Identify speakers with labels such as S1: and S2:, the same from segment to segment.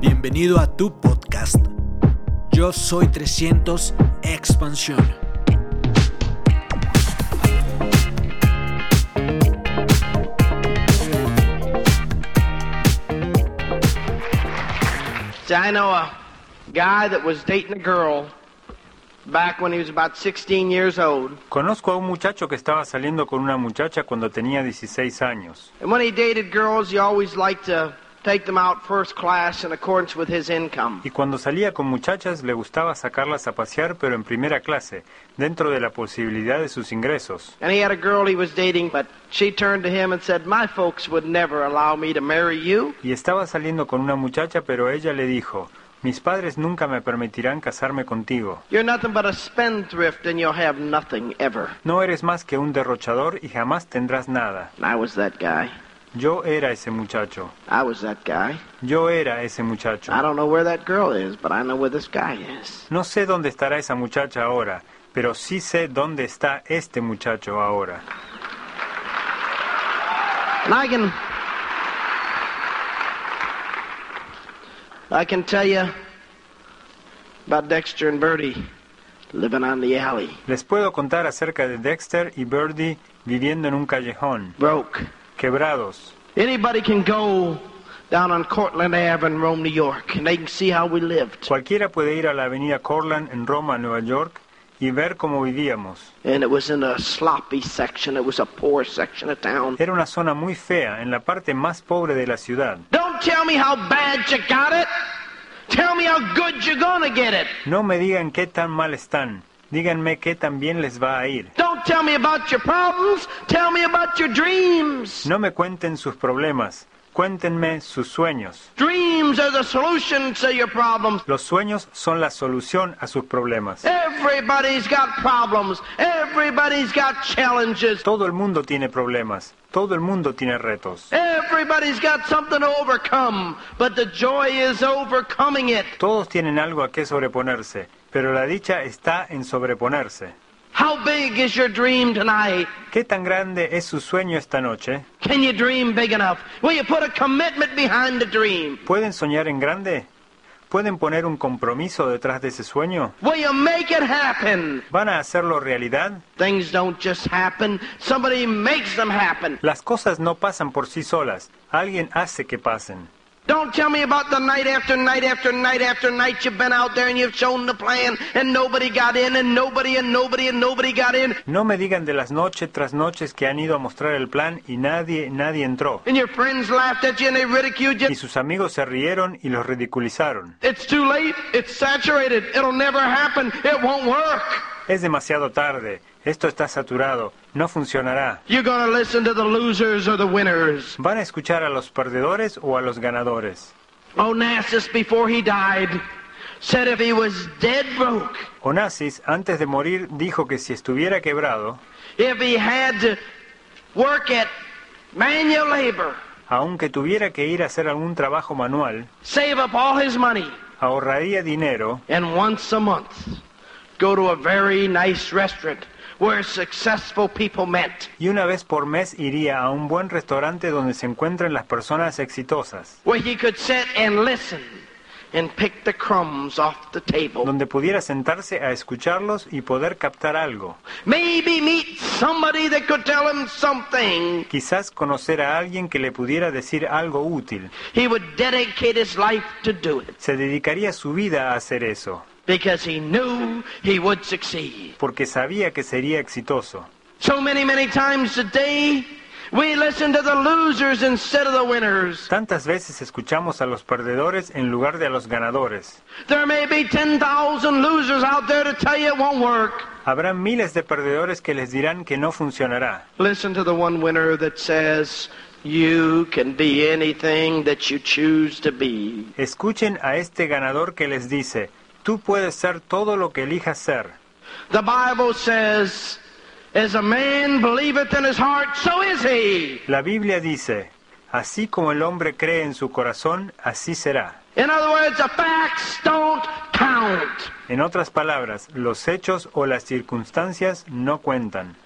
S1: bienvenido a tu podcast. Yo soy 300 Expansión.
S2: See, I know a guy that was dating a girl back when he was about 16 years old.
S3: Conozco a un muchacho que estaba saliendo con una muchacha cuando tenía 16 años.
S2: And when he dated girls, he always liked to take them out first class in accordance with his income.
S3: Y cuando salía con muchachas le gustaba sacarlas a pasear pero en primera clase, dentro de la posibilidad de sus ingresos.
S2: And he had a girl he was dating, but she turned to him and said, My folks would never allow me to marry you.
S3: Y estaba saliendo con una muchacha pero ella le dijo, mis padres nunca me permitirán casarme contigo.
S2: You're nothing but a spendthrift and you'll have nothing ever.
S3: No eres más que un derrochador y jamás tendrás nada.
S2: And I was that guy.
S3: Yo era ese muchacho.
S2: I was that guy.
S3: Yo era ese muchacho.
S2: I don't know where that girl is, but I know where this guy is.
S3: No sé dónde estará esa muchacha ahora, pero sí sé dónde está este muchacho ahora.
S2: And I can. I can tell you about Dexter and Bertie living on the alley.
S3: Les puedo contar acerca de Dexter y Birdie viviendo en un callejón,
S2: Broke.
S3: quebrados.
S2: Anybody can go down on Cortland Ave in Rome, New York, and they can see how we lived.
S3: Cualquiera puede ir a la avenida Corland en Roma, Nueva York, y ver cómo vivíamos.
S2: And it was in a sloppy section, it was a poor section of town.
S3: Era una zona muy fea, en la parte más pobre de la ciudad.
S2: Don't tell me how bad you got it. Tell me how good you're gonna get it.
S3: No me digan qué tan mal están, díganme qué tan bien les va a ir.
S2: Don't tell me about your problems. Tell me about your dreams.
S3: No me cuenten sus problemas, cuéntenme sus sueños.
S2: Dreams are the solution to your problems.
S3: Los sueños son la solución a sus problemas.
S2: Everybody's got problems. Everybody's got challenges.
S3: Todo el mundo tiene problemas, todo el mundo tiene retos,
S2: Everybody's got something to overcome, but the joy is overcoming it.
S3: todos tienen algo a qué sobreponerse, pero la dicha está en sobreponerse.
S2: How big is your dream tonight?
S3: ¿Qué tan grande es su sueño esta noche?
S2: Can you dream big enough? Will you put a commitment behind the dream?
S3: ¿Pueden soñar en grande? ¿Pueden poner un compromiso detrás de ese sueño?
S2: Will you make it happen?
S3: ¿Van a hacerlo realidad?
S2: Things don't just happen. Somebody makes them happen.
S3: Las cosas no pasan por sí solas, alguien hace que pasen.
S2: Don't tell me about the night after night after night after night you've been out there and you've shown the plan and nobody got in and nobody and nobody and nobody got in
S3: No me digan de las noches tras noches que han ido a mostrar el plan y nadie, nadie entró.
S2: and your friends laughed at you and they ridiculed you.
S3: Y sus amigos se rieron y los ridiculizaron.
S2: It's too late. It's saturated. It'll never happen. It won't work.
S3: Es demasiado tarde, esto está saturado, no funcionará.
S2: You're going to listen to the losers or the winners.
S3: ¿Van a escuchar a los perdedores o a los ganadores?
S2: Onassis, before he died, said if he was dead broke,
S3: Onassis, antes de morir, dijo que si estuviera quebrado,
S2: if he had to work at manual labor,
S3: aunque tuviera que ir a hacer algún trabajo manual,
S2: save up all his money,
S3: ahorraría dinero
S2: and once a month go to a very nice restaurant where successful people met,
S3: y una vez por mes iría a un buen restaurante donde se encuentren las personas exitosas,
S2: where he could sit and listen and pick the crumbs off the table.
S3: donde pudiera sentarse a escucharlos y poder captar algo,
S2: Maybe meet somebody that could tell him something.
S3: quizás conocer a alguien que le pudiera decir algo útil.
S2: He would dedicate his life to do it
S3: Se dedicaría su vida a hacer eso,
S2: because he knew he would succeed.
S3: porque sabía que sería exitoso.
S2: So many, many times today, we listen to the losers instead of the winners.
S3: Tantas veces escuchamos a los perdedores en lugar de a los ganadores.
S2: There may be 10,000 losers out there to tell you it won't work.
S3: Habrá miles de perdedores que les dirán que no funcionará.
S2: Listen to the one winner that says, You can be anything that you choose to be.
S3: Escuchen a este ganador que les dice, tú puedes ser todo lo que elijas ser.
S2: The Bible says, As a man believeth in his heart, so is he.
S3: La Biblia dice, así como el hombre cree en su corazón, así será.
S2: In other words, the facts don't count.
S3: En otras palabras, los hechos o las circunstancias no cuentan.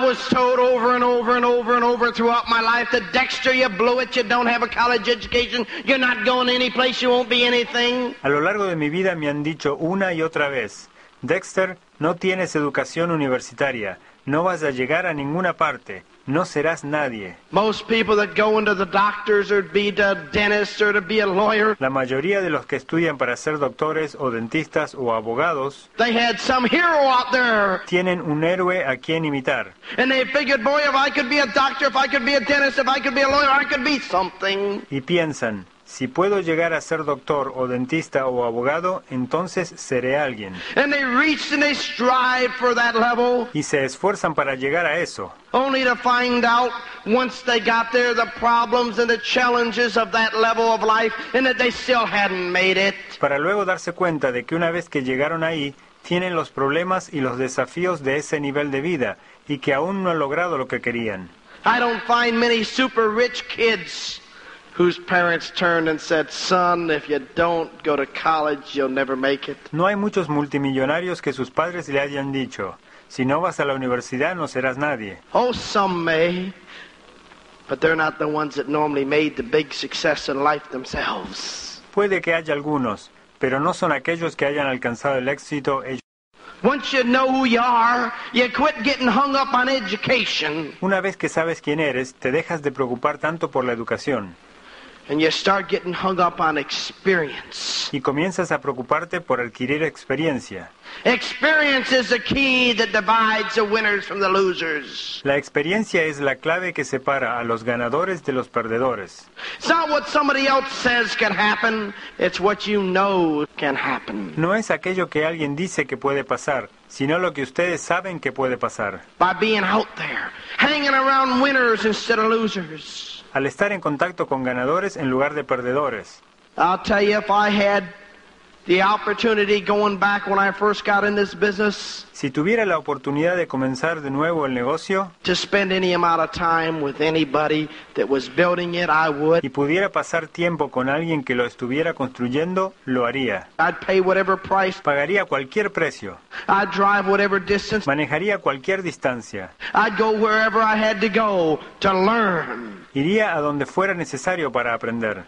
S2: was told over and over and over and over throughout my life that Dexter, you blew it, you don't have a college education, you're not going anyplace, you won't be anything.
S3: A lo largo de mi vida me han dicho una y otra vez, Dexter, no tienes educación universitaria, no vas a llegar a ninguna parte, no serás nadie.
S2: Most people that go into the doctors or to be the dentist or to be a lawyer,
S3: La mayoría de los que estudian para ser doctores o dentistas o abogados
S2: they had some hero out there.
S3: tienen un héroe a quien imitar.
S2: And they figured, boy, if I could be a doctor, if I could be a dentist, if I could be a lawyer, I could be something.
S3: Y piensan, si puedo llegar a ser doctor o dentista o abogado, entonces seré alguien.
S2: And they reached and they strived for that level,
S3: Y se esfuerzan para llegar a eso,
S2: only to find out once they got there the problems and the challenges of that level of life and that they still hadn't made it.
S3: para luego darse cuenta de que una vez que llegaron ahí, tienen los problemas y los desafíos de ese nivel de vida y que aún no han logrado lo que querían.
S2: I don't find many super rich kids whose parents turned and said, son, if you don't go to college, you'll never make it.
S3: No hay muchos multimillonarios que sus padres le hayan dicho, si no vas a la universidad no serás nadie.
S2: Oh, some may, but they're not the ones that normally made the big success in life themselves.
S3: Puede que haya algunos, pero no son aquellos que hayan alcanzado el éxito ellos.
S2: Once you know who you are, you quit getting hung up on education
S3: Una vez que sabes quién eres, te dejas de preocupar tanto por la educación
S2: and you start getting hung up on experience.
S3: y comienzas a preocuparte por adquirir experiencia.
S2: Experience is the key that divides the winners from the losers.
S3: La experiencia es la clave que separa a los ganadores de los perdedores.
S2: It's not what somebody else says can happen, it's what you know can happen.
S3: No es aquello que alguien dice que puede pasar, sino lo que ustedes saben que puede pasar.
S2: By being out there, hanging around winners instead of losers.
S3: Al estar en contacto con ganadores en lugar de perdedores.
S2: I'll tell you, if I had the opportunity going back when I first got in this business
S3: Si tuviera la oportunidad de comenzar de nuevo el negocio
S2: to spend any amount of time with anybody that was building it, I
S3: y
S2: would.
S3: pudiera pasar tiempo con alguien que lo estuviera construyendo, lo haría.
S2: I'd pay whatever price.
S3: Pagaría cualquier precio,
S2: I'd drive whatever distance.
S3: manejaría cualquier distancia,
S2: I'd go wherever I had to go to learn.
S3: iría a donde fuera necesario para aprender.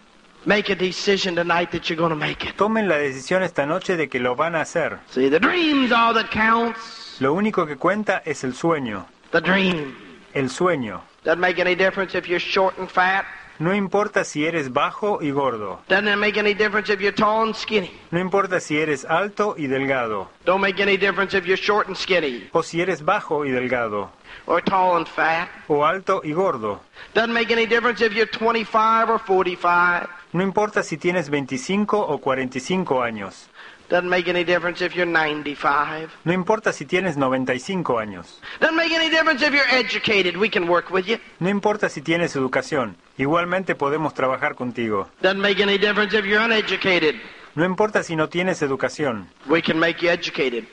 S2: Make a decision tonight that you're going to make it.
S3: Tomen la decisión esta noche de que lo van a hacer.
S2: See, the dream's all that counts.
S3: Lo único que cuenta es el sueño,
S2: The dream.
S3: el sueño.
S2: Doesn't make any difference if you're short and fat.
S3: No importa si eres bajo y gordo,
S2: Doesn't make any difference if you're tall and skinny.
S3: no importa si eres alto y delgado,
S2: Don't make any difference if you're short and skinny
S3: o si eres bajo y delgado,
S2: or tall and fat.
S3: o alto y gordo.
S2: Doesn't make any difference if you're 25 or 45.
S3: No importa si tienes 25 o 45 años.
S2: Doesn't make any difference if you're 95.
S3: No importa si tienes 95 años.
S2: Doesn't make any difference if you're educated. We can work with you.
S3: No importa si tienes educación. Igualmente podemos trabajar contigo.
S2: Doesn't make any difference if you're uneducated.
S3: No importa si no tienes educación.
S2: We can make you educated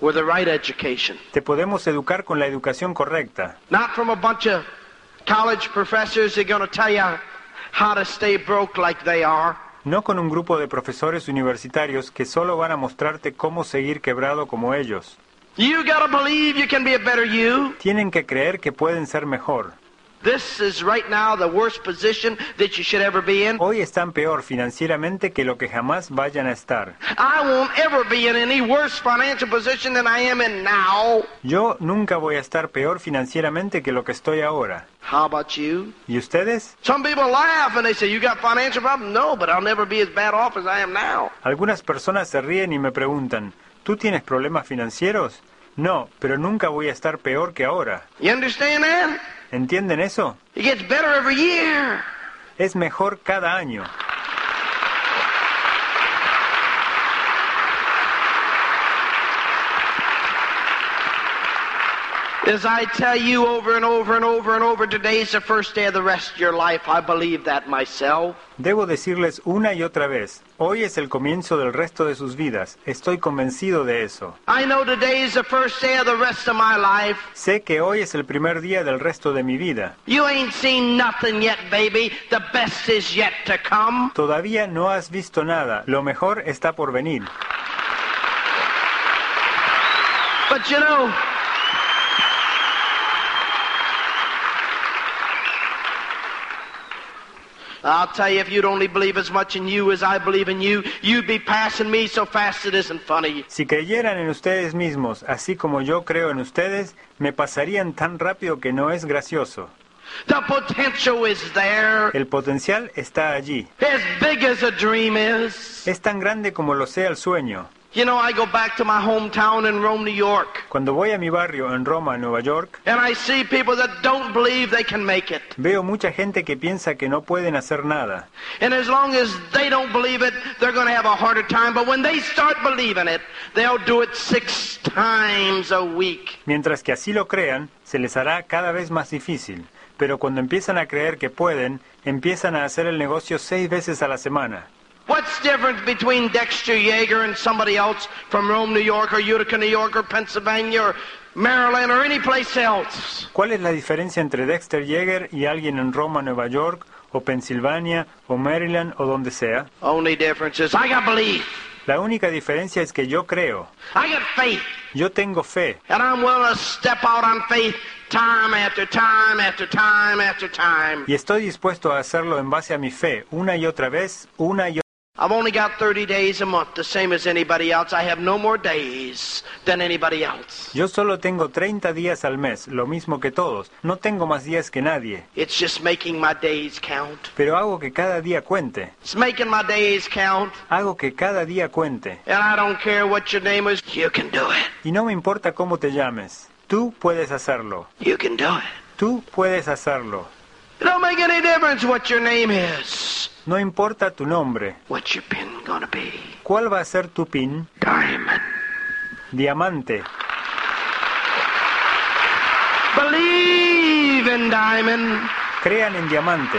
S2: with the right education.
S3: Te podemos educar con la educación correcta.
S2: Not from a bunch of college professors that are going to tell you how to stay broke like they are.
S3: No con un grupo de profesores universitarios que solo van a mostrarte cómo seguir quebrado como ellos.
S2: You got to believe you can be a better you.
S3: Tienen que creer que pueden ser mejor.
S2: This is right now the worst position that you should ever be in.
S3: Hoy están peor financieramente que lo que jamás vayan a estar.
S2: I won't ever be in any worse financial position than I am in now.
S3: Yo nunca voy a estar peor financieramente que lo que estoy ahora.
S2: How about you?
S3: ¿Y ustedes?
S2: Some people laugh and they say, You got financial problems? No, but I'll never be as bad off as I am now.
S3: Algunas personas se ríen y me preguntan, ¿tú tienes problemas financieros? No, pero nunca voy a estar peor que ahora.
S2: You understand that?
S3: ¿Entienden eso?
S2: It gets better every year.
S3: Es mejor cada año.
S2: As I tell you over and over and over and over, today's the first day of the rest of your life. I believe that myself.
S3: Debo decirles una y otra vez, hoy es el comienzo del resto de sus vidas, estoy convencido de eso.
S2: I know today's the first day of the rest of my life.
S3: Sé que hoy es el primer día del resto de mi vida.
S2: You ain't seen nothing yet, baby. The best is yet to come.
S3: Todavía no has visto nada, lo mejor está por venir.
S2: But you know, I'll tell you, if you'd only believe as much in you as I believe in you, you'd be passing me so fast it isn't funny.
S3: Si creyeran en ustedes mismos, así como yo creo en ustedes, me pasarían tan rápido que no es gracioso.
S2: The potential is there,
S3: El potencial está allí.
S2: as big as a dream is.
S3: Es tan grande como lo sea el sueño.
S2: You know, I go back to my hometown in Rome, New York,
S3: Cuando voy a mi barrio en Roma, Nueva York,
S2: and I see people that don't believe they can make it.
S3: veo mucha gente que piensa que no pueden hacer nada.
S2: And as long as they don't believe it, they're going to have a harder time. But when they start believing it, they'll do it six times a week.
S3: Mientras que así lo crean, se les hará cada vez más difícil. Pero cuando empiezan a creer que pueden, empiezan a hacer el negocio seis veces a la semana.
S2: What's the difference between Dexter Yeager and somebody else from Rome, New York, or Utica, New York, or Pennsylvania, or Maryland, or any place else?
S3: ¿Cuál es la diferencia entre Dexter Yeager y alguien en Roma, Nueva York, o Pensilvania, o Maryland, o donde sea?
S2: Only difference is I got belief.
S3: La única diferencia es que yo creo.
S2: I got faith.
S3: Yo tengo fe
S2: And I'm willing to step out on faith time after time after time after time.
S3: y estoy dispuesto a hacerlo en base a mi fe, una y otra vez, una y otra
S2: I've only got 30 days a month, the same as anybody else. I have no more days than anybody else.
S3: Yo solo tengo 30 días al mes, lo mismo que todos. No tengo más días que nadie,
S2: It's just making my days count.
S3: pero hago que cada día cuente.
S2: It's making my days count.
S3: Hago que cada día cuente.
S2: And I don't care what your name is. You can do it.
S3: Y no me importa cómo te llames. Tú puedes hacerlo.
S2: You can do it.
S3: Tú puedes hacerlo.
S2: It don't make any difference what your name is.
S3: No importa tu nombre.
S2: What's your pin gonna be?
S3: ¿Cuál va a ser tu pin?
S2: Diamond.
S3: Diamante.
S2: Believe in diamond.
S3: Crean en diamante.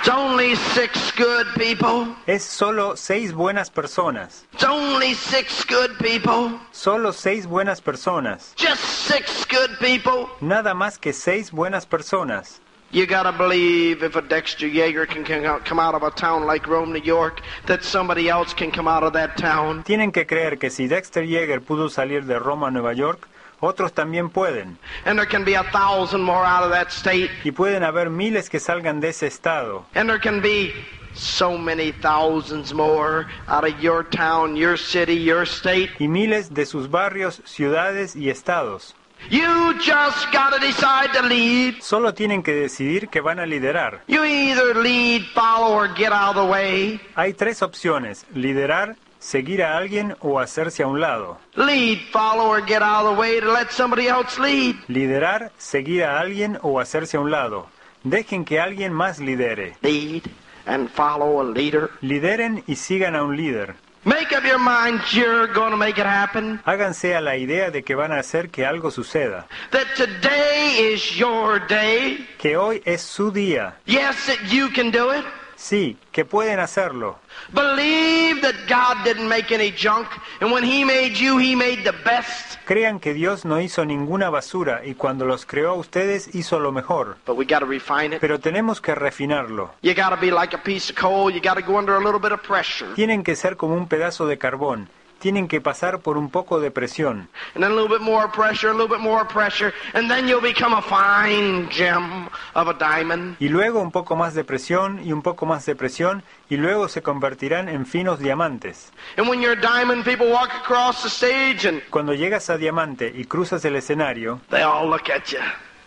S2: It's only six good people.
S3: Es solo seis buenas personas.
S2: It's only six good people.
S3: Solo seis buenas personas.
S2: Just six good people.
S3: Nada más que seis buenas personas.
S2: You gotta believe if a Dexter Yeager can can out- come out of a town like Rome, New York, that somebody else can come out of that town.
S3: Tienen que creer que si Dexter Yeager pudo salir de Roma a Nueva York, otros también pueden.
S2: And there can be a thousand more out of that state.
S3: Y pueden haber miles que salgan de ese estado.
S2: And there can be so many thousands more out of your town, your city, your state.
S3: Y miles de sus barrios, ciudades y estados.
S2: You just gotta decide to lead.
S3: Solo tienen que decidir que van a liderar.
S2: You either lead, follow, or get out of the way.
S3: Hay tres opciones. Liderar, seguir a alguien o hacerse a un lado.
S2: Lead, follow, or get out of the way to let somebody else lead.
S3: Liderar, seguir a alguien o hacerse a un lado. Dejen que alguien más lidere.
S2: Lead and follow a leader.
S3: Lideren y sigan a un líder.
S2: Make up your mind you're gonna make it happen.
S3: Háganse a la idea de que van a hacer que algo suceda.
S2: That today is your day.
S3: Que hoy es su día.
S2: Yes, that you can do it.
S3: Sí, que pueden hacerlo.
S2: Believe that God didn't make any junk, and when He made you, He made the best.
S3: Crean que Dios no hizo ninguna basura y cuando los creó a ustedes hizo lo mejor.
S2: But we got to refine it.
S3: Pero tenemos que refinarlo.
S2: You got to be like a piece of coal. You got to go under a little bit of pressure,
S3: Tienen que ser como un pedazo de carbón. Tienen que pasar por un poco de presión.
S2: and then a little bit more pressure, a little bit more pressure, and then you'll become a fine gem of a diamond.
S3: Y luego un poco más de presión y un poco más de presión y luego se convertirán en finos diamantes.
S2: And when you're a diamond, people walk across the stage and
S3: Cuando llegas a diamante y cruzas el escenario,
S2: they all look at you,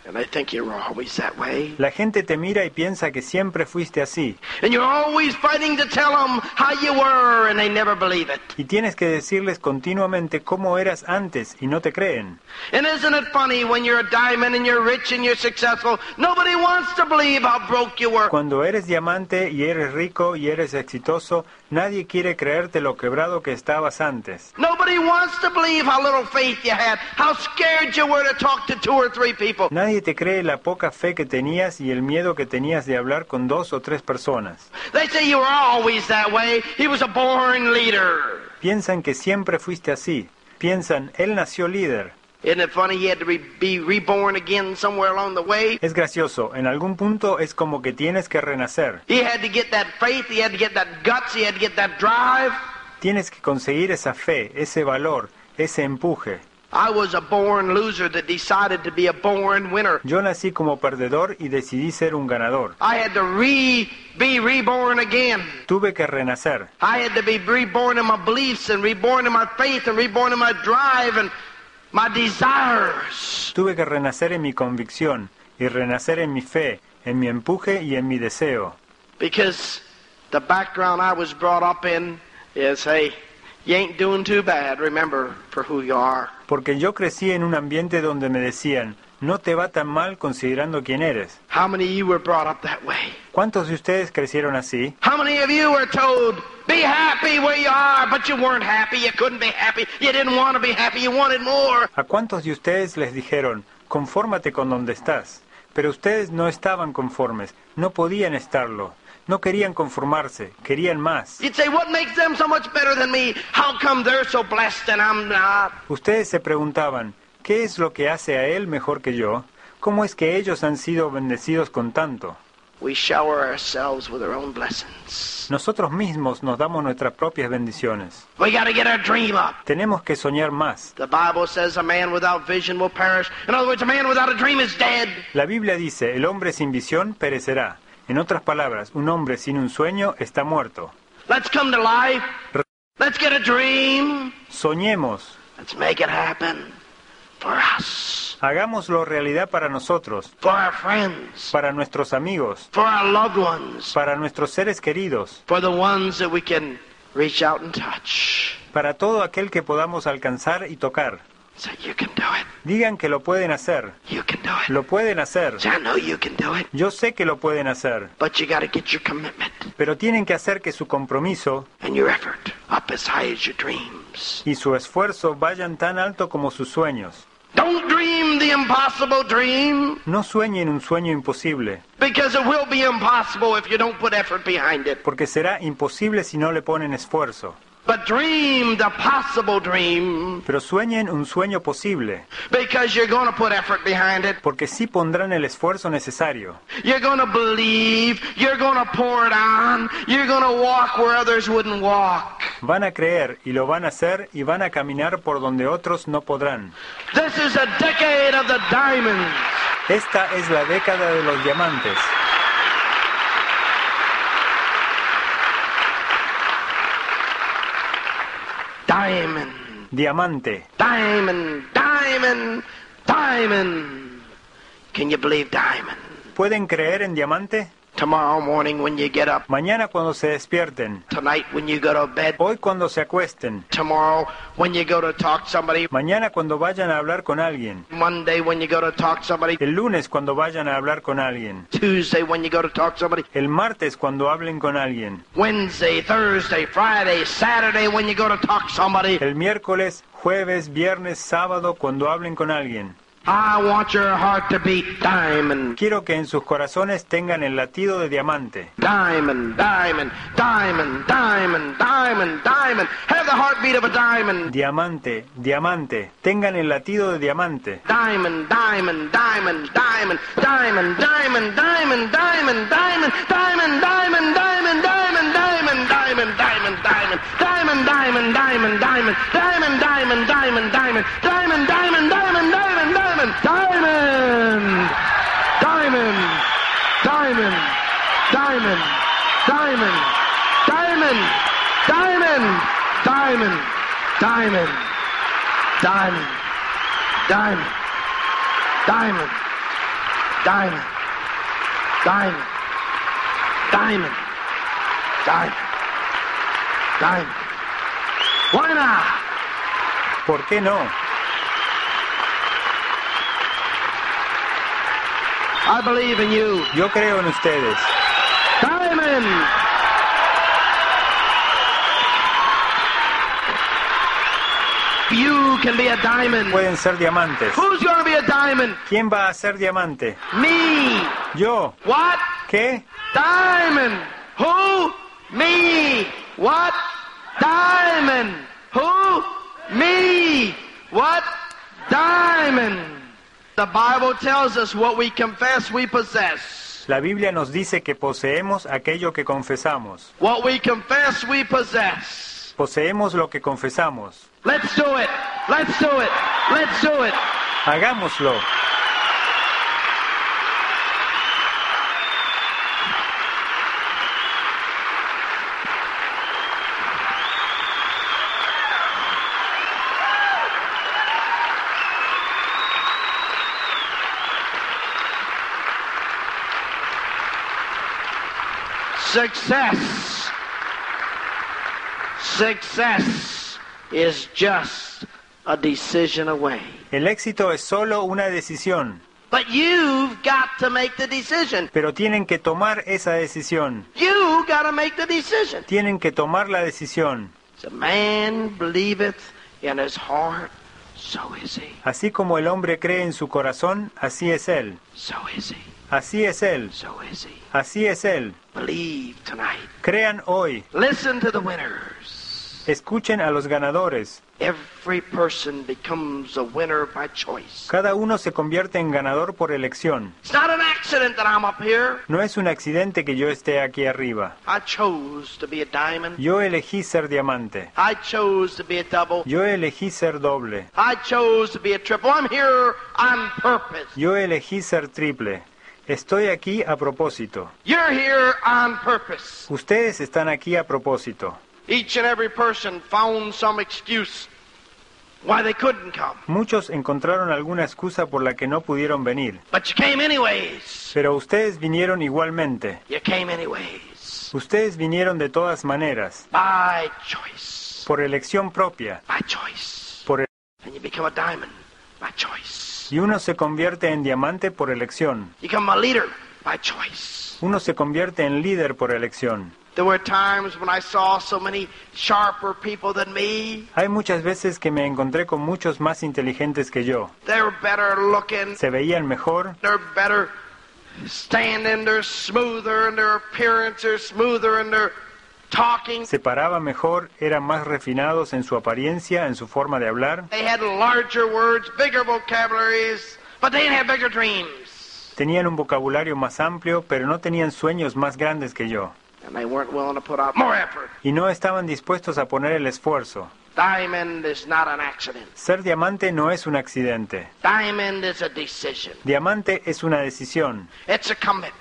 S2: and they think you're always that way.
S3: la gente te mira y piensa que siempre fuiste así.
S2: And you're always fighting to tell them how you were, and they never believe it.
S3: Y tienes que decirles continuamente cómo eras antes y no te creen.
S2: And isn't it funny when you're a diamond and you're rich and you're successful, nobody wants to believe how broke you were.
S3: Cuando eres diamante y eres rico y eres exitoso, nadie quiere creerte lo quebrado que estabas antes.
S2: Nobody wants to believe how little faith you had, how scared you were to talk to two or three people.
S3: Nadie te cree la poca fe que tenías y el miedo que tenías de hablar con dos o tres personas.
S2: They say you were always that way. He was a born leader.
S3: Piensan que siempre fuiste así. Piensan, él nació líder.
S2: Isn't it funny he had to re- be reborn again somewhere along the way?
S3: Es gracioso, en algún punto es como que tienes que renacer.
S2: He had to get that faith, he had to get that guts, he had to get that drive.
S3: Tienes que conseguir esa fe, ese valor, ese empuje.
S2: I was a born loser that decided to be a born winner.
S3: Yo nací como perdedor y decidí ser un ganador.
S2: I had to re be reborn again.
S3: Tuve que renacer.
S2: I had to be reborn in my beliefs and reborn in my faith and reborn in my drive and my desires.
S3: Tuve que renacer en mi convicción y renacer en mi fe, en mi empuje y en mi deseo.
S2: Because the background I was brought up in is hey, you ain't doing too bad, remember, for who you are.
S3: Porque yo crecí en un ambiente donde me decían, no te va tan mal considerando quién eres.
S2: How many of you were brought up that way?
S3: ¿Cuántos de ustedes crecieron así?
S2: How many of you were told, be happy where you are, but you weren't happy, you couldn't be happy, you didn't want to be happy, you wanted more?
S3: ¿A cuántos de ustedes les dijeron, confórmate con donde estás? Pero ustedes no estaban conformes, no podían estarlo, no querían conformarse, querían más.
S2: You'd say, what makes them so much better than me? How come they're so blessed and I'm not?
S3: Ustedes se preguntaban, ¿qué es lo que hace a él mejor que yo? ¿Cómo es que ellos han sido bendecidos con tanto?
S2: We shower ourselves with our own blessings.
S3: Nosotros mismos nos damos nuestras propias bendiciones.
S2: We got to get our dream up.
S3: Tenemos que soñar más.
S2: The Bible says a man without vision will perish. In other words, a man without a dream is dead.
S3: La Biblia dice, el hombre sin visión perecerá. En otras palabras, un hombre sin un sueño está muerto.
S2: Let's come to life. Let's get a dream.
S3: Soñemos,
S2: Let's make it happen for us,
S3: hagámoslo realidad para nosotros,
S2: for our friends,
S3: para nuestros amigos,
S2: for our loved ones,
S3: para nuestros seres queridos,
S2: for the ones that we can reach out and touch.
S3: para todo aquel que podamos alcanzar y tocar.
S2: So you can do it.
S3: Digan que lo pueden hacer,
S2: You can do it.
S3: lo pueden hacer.
S2: See, I know you can do it,
S3: Yo sé que lo pueden hacer,
S2: but you got to get your commitment
S3: pero tienen que hacer que su compromiso
S2: and your effort up as high as your dreams.
S3: y su esfuerzo vayan tan alto como sus sueños.
S2: Don't dream the impossible dream.
S3: No sueñen un sueño imposible,
S2: Because it will be impossible if you don't put effort behind it.
S3: porque será imposible si no le ponen esfuerzo.
S2: But dream the possible dream
S3: Pero sueñen un sueño posible,
S2: because you're going to put effort behind it.
S3: porque sí pondrán el esfuerzo necesario.
S2: You're going to believe. You're going to pour it on. You're going to walk where others wouldn't walk.
S3: Van a creer y lo van a hacer y van a caminar por donde otros no podrán.
S2: This is a decade of the diamonds.
S3: Esta es la década de los diamantes.
S2: Diamond,
S3: Diamante.
S2: diamond, diamond, diamond. Can you believe diamond?
S3: ¿Pueden creer en diamante?
S2: Tomorrow morning when you get up,
S3: Mañana cuando se despierten,
S2: tonight when you go to bed,
S3: hoy cuando se acuesten,
S2: tomorrow when you go to talk to somebody,
S3: mañana cuando vayan a hablar con alguien,
S2: Monday when you go to talk to somebody,
S3: el lunes cuando vayan a hablar con alguien,
S2: Tuesday when you go to talk to somebody,
S3: el martes cuando hablen con alguien,
S2: Wednesday, Thursday, Friday, Saturday when you go to talk to somebody.
S3: el miércoles, jueves, viernes, sábado cuando hablen con alguien.
S2: I want your heart to beat diamond,
S3: Quiero que en sus corazones tengan el latido de diamante.
S2: diamond, diamond, diamond, diamond, diamond, diamond. Have the heartbeat of a diamond.
S3: Diamante, diamante, tengan el latido de diamante.
S2: Diamond, diamond, diamond, diamond, diamond, diamond, diamond, diamond, diamond, diamond, diamond, diamond, diamond, diamond, diamond, diamond, diamond, diamond, diamond, diamond, diamond, diamond, diamond, diamond, diamond, diamond, diamond, diamond, diamond, diamond, diamond, diamond, diamond, diamond, diamond, diamond, diamond, diamond, diamond, diamond. Diamond. Diamond. Diamond. Diamond. Diamond. Diamond. Diamond. Why not?
S3: ¿Por qué no?
S2: I believe in you.
S3: Yo creo en ustedes.
S2: Diamond. You can be a diamond.
S3: Pueden ser diamantes.
S2: Who's going to be a diamond?
S3: ¿Quién va a ser diamante?
S2: Me.
S3: Yo.
S2: What?
S3: ¿Qué?
S2: Diamond. Who? Me. What? Diamond. Who? Me. What? Diamond. The Bible tells us what we confess we possess.
S3: La Biblia nos dice que poseemos aquello que confesamos.
S2: What we confess we possess.
S3: Poseemos lo que confesamos.
S2: Let's do it. Let's do it. Let's do it.
S3: Hagámoslo.
S2: Success. Success is just a decision away.
S3: El éxito es solo una decisión,
S2: But you've got to make the decision.
S3: pero tienen que tomar esa decisión.
S2: You got to make the decision.
S3: Tienen que tomar la decisión.
S2: As a man believeth in his heart, so is he.
S3: Así como el hombre cree en su corazón, así es él.
S2: So is he.
S3: Así es él.
S2: So is he.
S3: Así es él.
S2: Believe tonight.
S3: Crean hoy.
S2: Listen to the winners.
S3: Escuchen a los ganadores.
S2: Every person becomes a winner by choice.
S3: Cada uno se convierte en ganador por elección.
S2: It's not an accident that I'm up here.
S3: No es un accidente que yo esté aquí arriba.
S2: I chose to be a diamond.
S3: Yo elegí ser diamante.
S2: I chose to be a double.
S3: Yo elegí ser doble.
S2: I chose to be a triple. I'm here on purpose.
S3: Yo elegí ser triple. Estoy aquí a propósito.
S2: You're here on purpose.
S3: Ustedes están aquí a propósito.
S2: Each and every person found some excuse why they couldn't come.
S3: Muchos encontraron alguna excusa por la que no pudieron venir,
S2: But you came anyways.
S3: pero ustedes vinieron igualmente.
S2: You came anyways.
S3: Ustedes vinieron de todas maneras,
S2: By choice.
S3: por elección propia,
S2: By choice.
S3: por
S2: And you become a diamond by choice.
S3: y uno se convierte en diamante por elección.
S2: You become a leader by choice.
S3: Uno se convierte en líder por elección.
S2: There were times when I saw so many sharper people than me.
S3: Hay muchas veces que me encontré con muchos más inteligentes que yo.
S2: They were better looking.
S3: Se veían mejor,
S2: They're better standing. They're smoother in their appearance. They're smoother in their talking.
S3: se paraba mejor, eran más refinados en su apariencia, en su forma de hablar,
S2: They had larger words, bigger vocabularies, but they didn't have bigger dreams.
S3: tenían un vocabulario más amplio, pero no tenían sueños más grandes que yo.
S2: And they weren't willing to put out more effort.
S3: Y no estaban dispuestos a poner el esfuerzo.
S2: Diamond is not an accident.
S3: Ser diamante no es un accidente.
S2: Diamond is a decision.
S3: Diamante es una decisión,
S2: It's a commitment.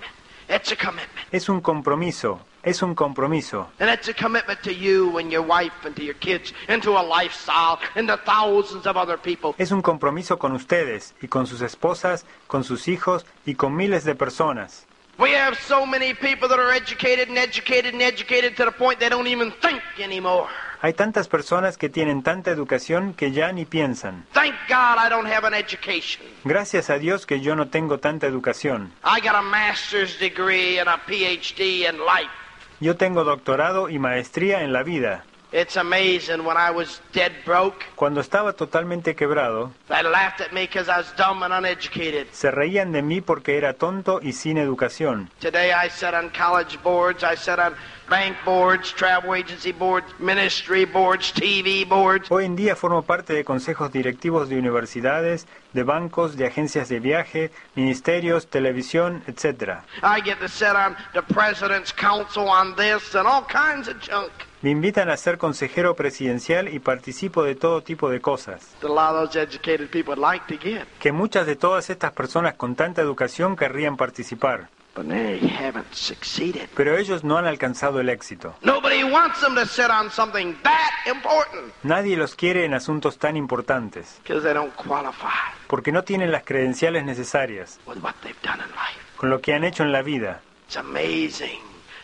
S2: It's a commitment.
S3: es un compromiso, es un compromiso.
S2: And it's a commitment to you and your wife and to your kids and to a lifestyle and to thousands of other people.
S3: Es un compromiso con ustedes y con sus esposas, con sus hijos y con miles de personas.
S2: We have so many people that are educated and educated and educated to the point they don't even think anymore.
S3: Hay tantas personas que tienen tanta educación que ya ni piensan.
S2: Thank God I don't have an education.
S3: Gracias a Dios que yo no tengo tanta educación.
S2: I got a master's degree and a PhD in life.
S3: Yo tengo doctorado y maestría en la vida.
S2: It's amazing when I was dead broke,
S3: Cuando estaba totalmente quebrado,
S2: they laughed at me because I was dumb and uneducated.
S3: se reían de mí porque era tonto y sin educación.
S2: Today I sit on college boards, I sit on bank boards, travel agency boards, ministry boards, TV boards.
S3: Hoy en día formo parte de consejos directivos de universidades, de bancos, de agencias de viaje, ministerios, televisión, etc.
S2: I get to sit on the president's council on this and all kinds of junk.
S3: Me invitan a ser consejero presidencial y participo de todo tipo de cosas,
S2: That a lot of those educated people would like to get.
S3: que muchas de todas estas personas con tanta educación querrían participar,
S2: But they haven't succeeded.
S3: pero ellos no han alcanzado el éxito.
S2: Nobody wants them to sit on something that important
S3: Nadie los quiere en asuntos tan importantes,
S2: because they don't qualify
S3: porque no tienen las credenciales necesarias,
S2: with what they've done in life.
S3: con lo que han hecho en la vida.
S2: It's amazing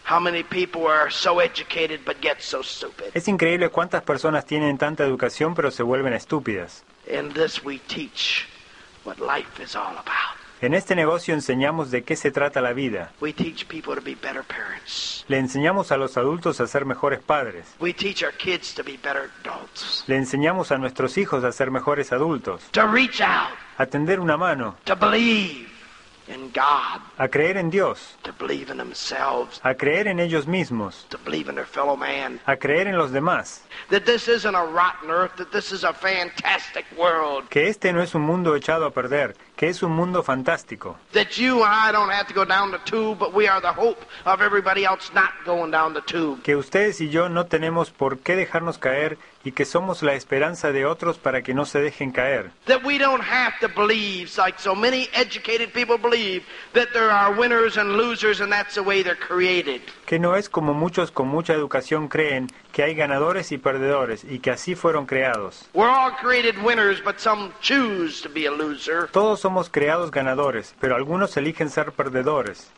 S2: how many people are so educated but get so stupid.
S3: Es increíble cuántas personas tienen tanta educación pero se vuelven estúpidas.
S2: In this, we teach what life is all about.
S3: En este negocio enseñamos de qué se trata la vida.
S2: We teach people to be better parents.
S3: Le enseñamos a los adultos a ser mejores padres.
S2: We teach our kids to be better adults.
S3: Le enseñamos a nuestros hijos a ser mejores adultos.
S2: To reach out,
S3: A tender una mano,
S2: to believe, in God,
S3: a creer en Dios,
S2: to believe in themselves,
S3: a creer en ellos mismos,
S2: to believe in their fellow man.
S3: a creer en los demás,
S2: That this isn't a rotten earth, that this is a fantastic world.
S3: que este no es un mundo echado a perder, que es un mundo fantástico,
S2: That you and I don't have to go down the tube, but we are the hope of everybody else not going down the tube.
S3: que ustedes y yo no tenemos por qué dejarnos caer y que somos la esperanza de otros para que no se dejen caer,
S2: That we don't have to believe, like so many educated people believe, that there are winners and losers and that's the way they're created.
S3: que no es como muchos con mucha educación creen que hay ganadores y perdedores y que así fueron creados.
S2: We're all created winners, but some choose to be a loser.
S3: Todos somos creados ganadores, pero algunos eligen ser perdedores.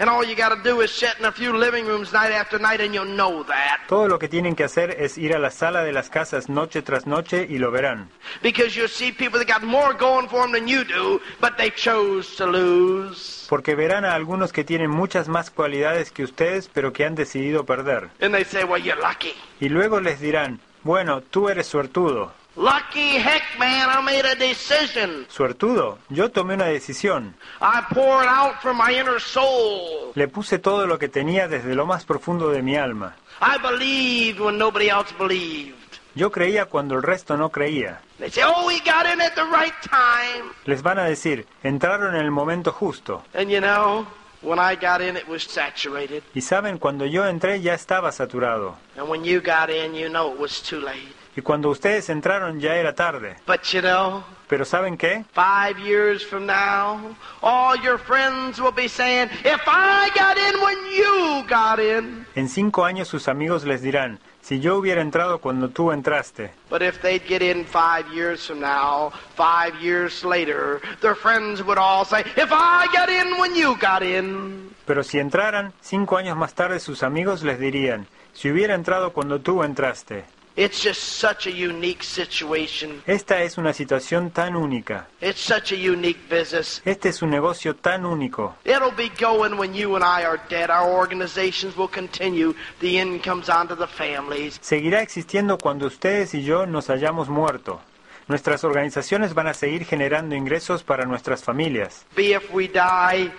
S2: And all you gotta do is sit in a few living rooms night after night and you'll know that.
S3: Todo lo que tienen que hacer es ir a la sala de las casas noche tras noche y lo verán.
S2: Because you'll see people that got more going for them than you do, but they chose to lose.
S3: Porque verán a algunos que tienen muchas más cualidades que ustedes, pero que han decidido perder.
S2: And they say, well, you're lucky.
S3: Y luego les dirán, bueno, tú eres suertudo.
S2: Lucky heck, man, I made a decision.
S3: Suertudo, yo tomé una decisión.
S2: I poured out from my inner soul.
S3: Le puse todo lo que tenía desde lo más profundo de mi alma.
S2: I believed when nobody else believed.
S3: Yo creía cuando el resto no creía.
S2: They say, oh, we got in at the right time.
S3: Les van a decir, entraron en el momento justo.
S2: And you know, when I got in, it was saturated.
S3: Y saben, cuando yo entré ya estaba saturado.
S2: And when you got in, you know it was too late.
S3: Y cuando ustedes entraron ya era tarde.
S2: But you know,
S3: Pero ¿saben qué?
S2: five years from now, all your friends will be saying, if I got in when you got in.
S3: En cinco años sus amigos les dirán, si yo hubiera entrado cuando tú entraste.
S2: But if they'd get in five years from now, five years later, their friends would all say, if I got in when you got in.
S3: Pero si entraran, cinco años más tarde sus amigos les dirían, si hubiera entrado cuando tú entraste.
S2: It's just such a unique situation.
S3: Esta es una situación tan única.
S2: It's such a unique business.
S3: Este es un negocio tan único.
S2: It'll be going when you and I are dead. Our organizations will continue. The incomes onto the families.
S3: Seguirá existiendo cuando ustedes y yo nos hayamos muerto. Nuestras organizaciones van a seguir generando ingresos para nuestras familias.
S2: Be if we die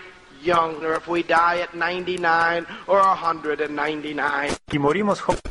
S2: young, or if we die at 99 or 199.
S3: Y morimos jóvenes,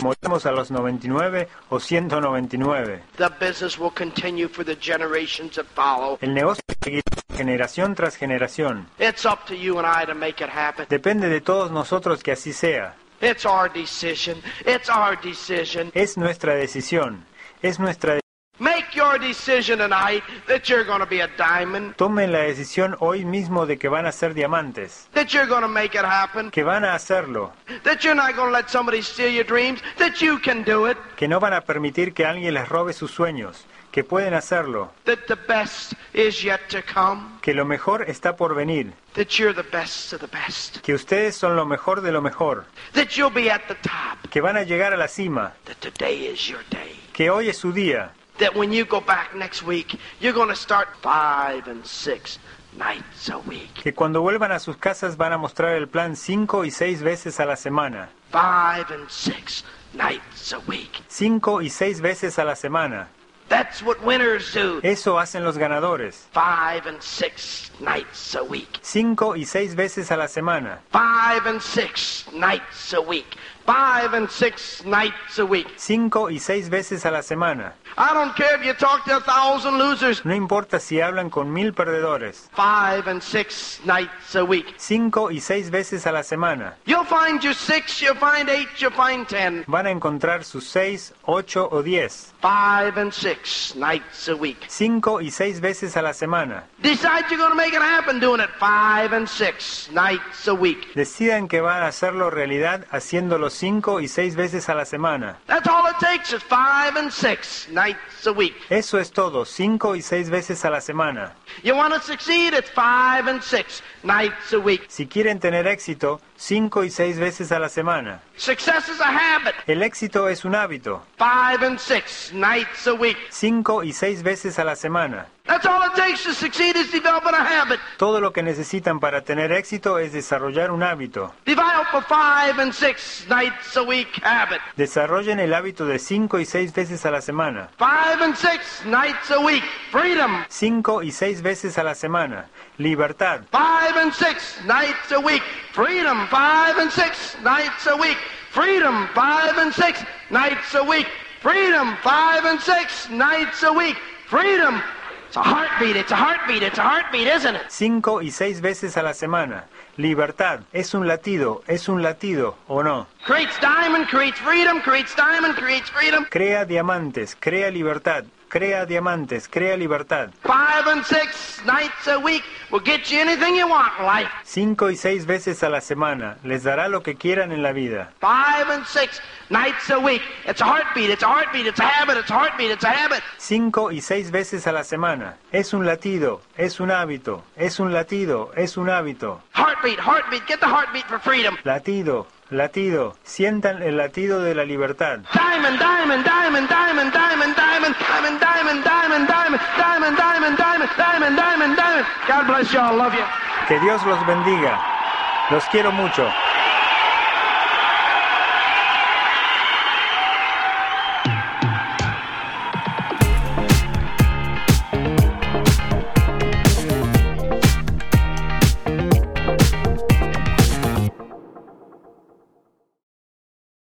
S3: morimos a los 99 o 199.
S2: The business will continue for the generations that follow.
S3: El negocio seguirá generación tras generación.
S2: It's up to you and I to make it happen.
S3: Depende de todos nosotros que así sea.
S2: It's our decision. It's our decision.
S3: Es nuestra decisión. Es nuestra de-
S2: Make your decision tonight that you're going to be a diamond,
S3: Tomen la decisión hoy mismo de que van a ser diamantes,
S2: that you're going to make it happen,
S3: que van a hacerlo,
S2: that you're not going to let somebody steal your dreams, that you can do it.
S3: que no van a permitir que alguien les robe sus sueños, que pueden hacerlo,
S2: that the best is yet to come,
S3: que lo mejor está por venir,
S2: that you're the best of the best,
S3: que ustedes son lo mejor de lo mejor,
S2: that you'll be at the top,
S3: que van a llegar a la cima,
S2: that today is your day,
S3: que hoy es su día,
S2: that when you go back next week, you're going to start five and six nights a week.
S3: que cuando vuelvan a sus casas van a mostrar el plan cinco y seis veces a la semana,
S2: Five and six nights a week.
S3: cinco y seis veces a la semana.
S2: That's what winners do.
S3: Eso hacen los ganadores,
S2: Five and six nights a week.
S3: cinco y seis veces a la semana,
S2: Five and six nights a week. Five and six nights a week.
S3: cinco y seis veces a la semana.
S2: I don't care if you talk to a thousand losers.
S3: No importa si hablan con mil perdedores,
S2: Five and six nights a week.
S3: cinco y seis veces a la semana.
S2: You'll find your six, you'll find eight, you'll find ten.
S3: Van a encontrar sus seis, ocho o diez,
S2: Five and six nights a week.
S3: cinco y seis veces a la semana.
S2: Decide you're going to make it happen doing it five and six nights a week.
S3: Decidan que van a hacerlo realidad haciéndolo cinco y seis veces a la semana.
S2: That's all it takes is five and six nights a week.
S3: Eso es todo, cinco y seis veces a la semana.
S2: You want to succeed? It's five and six nights a week.
S3: Si quieren tener éxito, cinco y seis veces a la semana.
S2: Success is a habit.
S3: El éxito es un hábito,
S2: Five and six nights a week.
S3: cinco y seis veces a la semana.
S2: That's all it takes to succeed is developing a habit.
S3: Todo lo que necesitan para tener éxito es desarrollar un hábito.
S2: Develop a five and six nights a week habit.
S3: Desarrollen el hábito de 5 y 6 veces a la semana.
S2: Five and six nights a week. Freedom.
S3: 5 y 6 veces a la semana. Libertad.
S2: Five and six nights a week. Freedom. Five and six nights a week. Freedom. Five and six nights a week. Freedom. Five and six nights a week. Freedom. It's a heartbeat. It's a heartbeat. It's a heartbeat, isn't it?
S3: 5 y 6 veces a la semana. Libertad. Es un latido. Es un latido. ¿O no?
S2: Creates diamond, creates freedom, creates diamond, creates freedom.
S3: Crea diamantes. Crea libertad. Crea diamantes. Crea libertad.
S2: Five and six nights a week will get you anything you want in life.
S3: 5 y 6 veces a la semana. Les dará lo que quieran en la vida.
S2: Five and six nights a week. It's a heartbeat. It's a heartbeat. It's a habit. It's a heartbeat. It's a habit.
S3: 5 y 6 veces a la semana. Es un latido. Es un hábito. Es un latido. Es un hábito.
S2: Heartbeat, heartbeat. Get the heartbeat for freedom.
S3: Latido. Latido. Sientan el latido de la libertad.
S2: Diamond, diamond, diamond, diamond, diamond, diamond, diamond, diamond, diamond, diamond, diamond, diamond, diamond, diamond, diamond, diamond. God bless y'all. Love you.
S3: Que Dios los bendiga. Los quiero mucho.